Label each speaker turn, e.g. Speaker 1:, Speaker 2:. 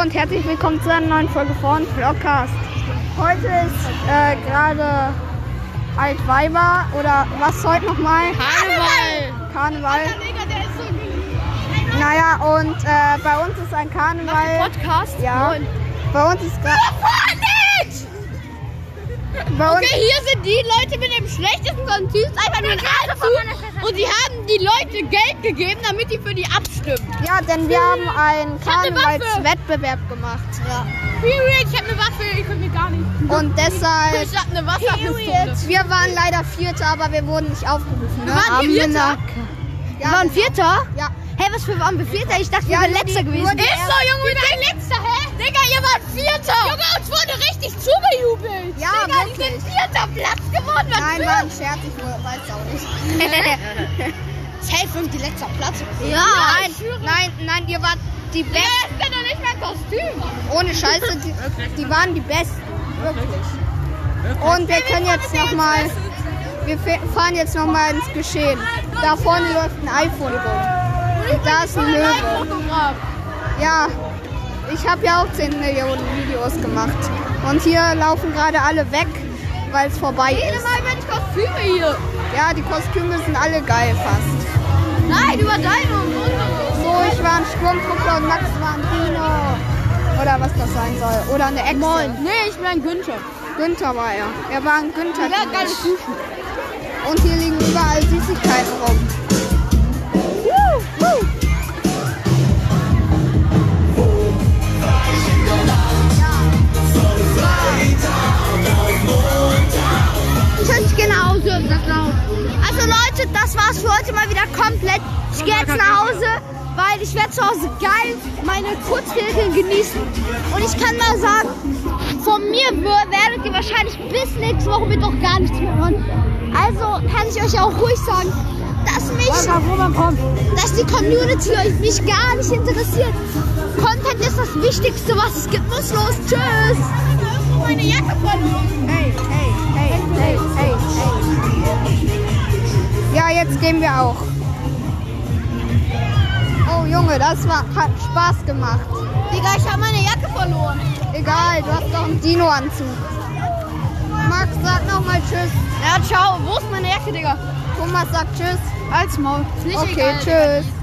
Speaker 1: und herzlich willkommen zu einer neuen Folge von Vlogcast. Heute ist äh, gerade Altweiber oder was heute nochmal?
Speaker 2: Karneval!
Speaker 1: Karneval. Naja, und äh, bei uns ist ein Karneval.
Speaker 2: Podcast?
Speaker 1: Ja.
Speaker 2: Moin.
Speaker 1: Bei uns ist gerade.
Speaker 2: Davon nicht!
Speaker 1: Bei uns,
Speaker 2: Okay, hier sind die Leute mit dem schlechtesten Kostüm einfach nur in Anzug und die haben die Leute Geld gegeben, damit die für die abstimmen.
Speaker 1: ja, denn wir haben einen
Speaker 2: hab eine Waffe.
Speaker 1: Karnevalswettbewerb gemacht. Ja.
Speaker 2: Period, ich habe eine Waffe, ihr könnt mir gar nicht.
Speaker 1: Und deshalb.
Speaker 2: Ich habe eine Wasserpistole.
Speaker 1: Wir waren leider Vierter, aber wir wurden nicht aufgerufen. Ne?
Speaker 2: Wir waren
Speaker 1: Arme
Speaker 2: Vierter?
Speaker 1: Nacke. Ja, genau.
Speaker 3: waren Vierter?
Speaker 1: ja.
Speaker 3: Hey, was für waren wir Vierter? Ich dachte, wir
Speaker 1: Ja,
Speaker 3: wären
Speaker 1: nur die-
Speaker 3: letzter
Speaker 1: nur
Speaker 3: gewesen.
Speaker 1: die-
Speaker 2: Ist so, Junge, ich bin letzter, hä? Digga, ihr wart Vierter! Junge, uns wurde richtig zugejubelt!
Speaker 1: Ja,
Speaker 2: Digga,
Speaker 1: wirklich.
Speaker 2: ich bin vierter Platz geworden, was
Speaker 1: Nein,
Speaker 2: für-
Speaker 1: war ein Scherz, ich weiß auch nicht.
Speaker 2: Safe und die letzter Platz.
Speaker 3: Ja.
Speaker 2: ich schwöre.
Speaker 1: Nein, nein, ihr wart die
Speaker 2: Wer
Speaker 1: Besten.
Speaker 2: ist denn noch nicht mein Kostüm?
Speaker 1: Ohne Scheiße, die, die waren die Besten. Wirklich. Und wir können jetzt nochmal. Wir fe- fahren jetzt nochmal ins Geschehen. Da vorne läuft ein iPhone rum. Und da ist ein Löwe.
Speaker 2: Fotograf.
Speaker 1: Ja, ich habe ja auch 10 Millionen Videos gemacht. Und hier laufen gerade alle weg, weil es vorbei
Speaker 2: Rede
Speaker 1: ist.
Speaker 2: mal über die Kostüme hier.
Speaker 1: Ja, die Kostüme sind alle geil fast.
Speaker 2: Nein, über deine und unsere.
Speaker 1: So, ich war ein Sturmtruppler und Max war ein Dino. Oder was das sein soll. Oder eine Echse.
Speaker 2: Nee, ich bin ein Günther.
Speaker 1: Günther war er. Er war ein Günther.
Speaker 2: Ja, geile Kuchen.
Speaker 1: Und hier liegen überall Süßigkeiten rum.
Speaker 3: Tschüss, genau so. Also Leute, das war's für heute mal wieder komplett. Ich gehe jetzt nach Hause, weil ich werde zu Hause geil meine Kurzregeln genießen. Und ich kann mal sagen, von mir wür- werdet ihr wahrscheinlich bis nächste Woche mit noch gar nichts mehr hören. Also kann ich euch auch ruhig sagen, dass mich... dass die Community euch mich gar nicht interessiert. Content ist das Wichtigste, was es gibt. Muss los, tschüss. Meine Jacke von
Speaker 1: Hey, hey, hey, hey, hey, hey. Ja, jetzt gehen wir auch. Oh Junge, das war, hat Spaß gemacht.
Speaker 3: Digga, ich habe meine Jacke verloren.
Speaker 1: Egal, du hast doch einen Dino-Anzug. Max sagt nochmal Tschüss.
Speaker 3: Ja, ciao. Wo ist meine Jacke, Digga?
Speaker 1: Thomas sagt Tschüss.
Speaker 3: Als Maul.
Speaker 1: Okay, Tschüss.